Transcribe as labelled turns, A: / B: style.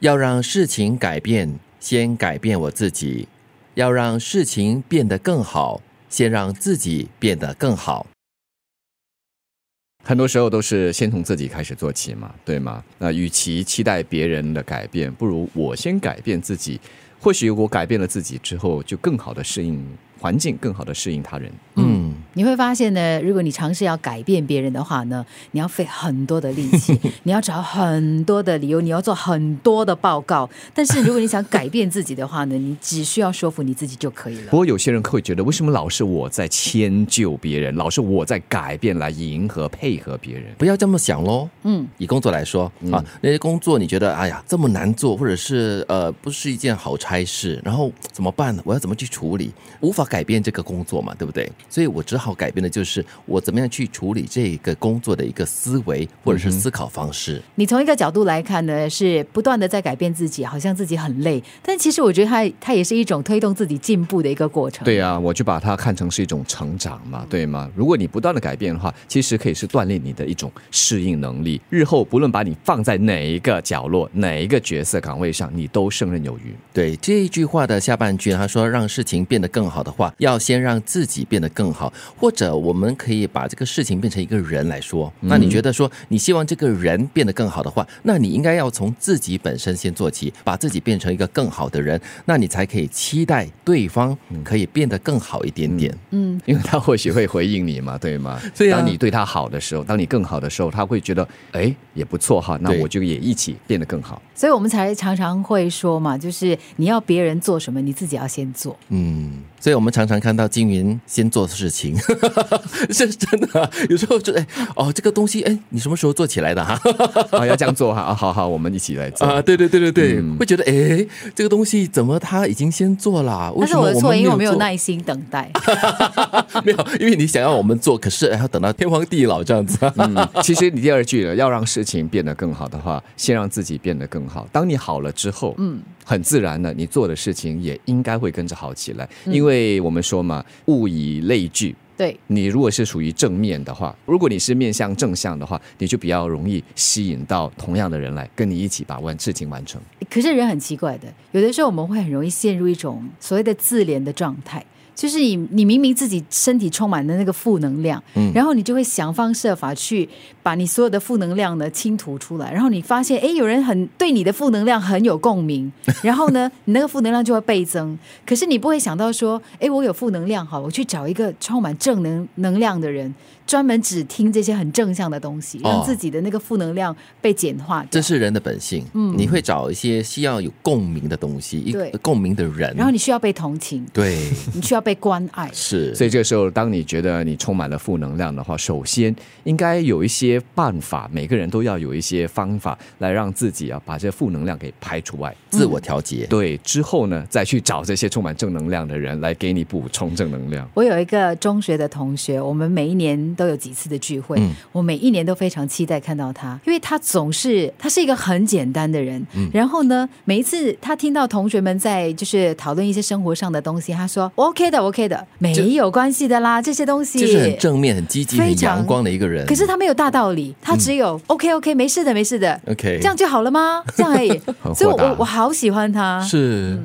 A: 要让事情改变，先改变我自己；要让事情变得更好，先让自己变得更好。
B: 很多时候都是先从自己开始做起嘛，对吗？那与其期待别人的改变，不如我先改变自己。或许我改变了自己之后，就更好的适应环境，更好的适应他人。
A: 嗯，
C: 你会发现呢，如果你尝试要改变别人的话呢，你要费很多的力气，你要找很多的理由，你要做很多的报告。但是如果你想改变自己的话呢，你只需要说服你自己就可以了
B: 不。过有些人会觉得，为什么老是我在迁就别人，老是我在改变来迎合配合别人？
A: 不要这么想喽。
C: 嗯，
A: 以工作来说啊，那些工作你觉得哎呀这么难做，或者是呃不是一件好差事，然后怎么办呢？我要怎么去处理？无法改变这个工作嘛，对不对？所以我只好改变的就是我怎么样去处理这个工作的一个思维或
C: 嗯
A: 者是思考方式。
C: 你从一个角度来看呢，是不断的在改变自己，好像自己很累，但其实我觉得它它也是一种推动自己进步的一个过程。
B: 对啊，我就把它看成是一种成长嘛，对吗？如果你不断的改变的话，其实可以是锻炼你的一种适应能力。日后不论把你放在哪一个角落、哪一个角色岗位上，你都胜任有余。
A: 对这一句话的下半句，他说让事情变得更好的话，要先让自己变得更好，或者我们可以把这个事情变成一个人来说。那你觉得说你希望这个人变得更好的话，那你应该要从自己本身先做起，把自己变成一个更好的人，那你才可以期待对方可以变得更好一点点。
B: 因为他或许会回应你嘛，对吗？
A: 对啊
B: 当嗯 你对他好的时候，当你更好的时候，他会觉得，哎，也不错哈，那
A: 对
B: 我就也一起变得更好。
C: 所以我们才常常会说嘛，就是你要别人做什么，你自己要先做。
A: 嗯，所以我们常常看到金云先做事情， 这是真的啊、有时候就哎哦，这个东西哎，你什么时候做起来的哈、
B: 啊，要这样做哈，啊，好好，我们一起来做。
A: 啊，对对对对对，
B: 嗯
A: 会觉得诶，这个东西怎么他已经先做了？为
C: 但
A: 什
C: 是
A: 么
C: 我的错，
A: 们
C: 因为我没有
A: 做？
C: 耐心等待。
A: 没有，因为你想要我们做，可是还要等到天荒地老这样 子。
B: 嗯，其实你第二句了，要让事情变得更好的话，先让自己变得更好。当你好了之后，嗯，很自然的，你做的事情也应该会跟着好起来。因为我们说嘛，物以类聚。
C: 对，
B: 你如果是属于正面的话，如果你是面向正向的话，你就比较容易吸引到同样的人来跟你一起把完事情完成。
C: 可是人很奇怪的，有的时候我们会很容易陷入一种所谓的自怜的状态。就是你，你明明自己身体充满了那个负能量，
A: 嗯
C: 然后你就会想方设法去把你所有的负能量呢倾吐出来，然后你发现，哎，有人很对你的负能量很有 共鸣，然后呢，你那个负能量就会倍增。可是你不会想到说，哎，我有负能量哈，我去找一个充满正能能量的人，专门只听这些很正向的东西，
A: 哦
C: 让自己的那个负能量被简化掉
A: 这。是人的本性，你会找一些需要有共鸣的东西，一
C: 对
A: 共鸣的人，
C: 嗯然后你需要被同情，
A: 对，
C: 你需要被关爱。
A: 是，
B: 所以这个时候，当你觉得你充满了负能量的话，首先应该有一些办法，每个人都要有一些方法来让自己啊把这负能量给排除外。
A: 自我调节。
B: 对，之后呢，再去找这些充满正能量的人来给你补充正能量。
C: 我有一个中学的同学，我们每一年都有几次的聚会，
A: 嗯
C: 我每一年都非常期待看到他，因为他总是他是一个很简单的人。
A: 嗯
C: 然后呢，每一次他听到同学们在就是讨论一些生活上的东西，他说我 “OK 的我，OK 的，没有关系的啦，这些东西
A: 就是很正面、很积极、
C: 非
A: 很
C: 常
A: 阳光的嗯一个人。
C: 可是他没有大道理，他只有、OK OK 没事的没事的
A: OK
C: 这样就好了吗？这样而已
B: 很豁达。
C: 所以我我我好喜欢他，
A: 是，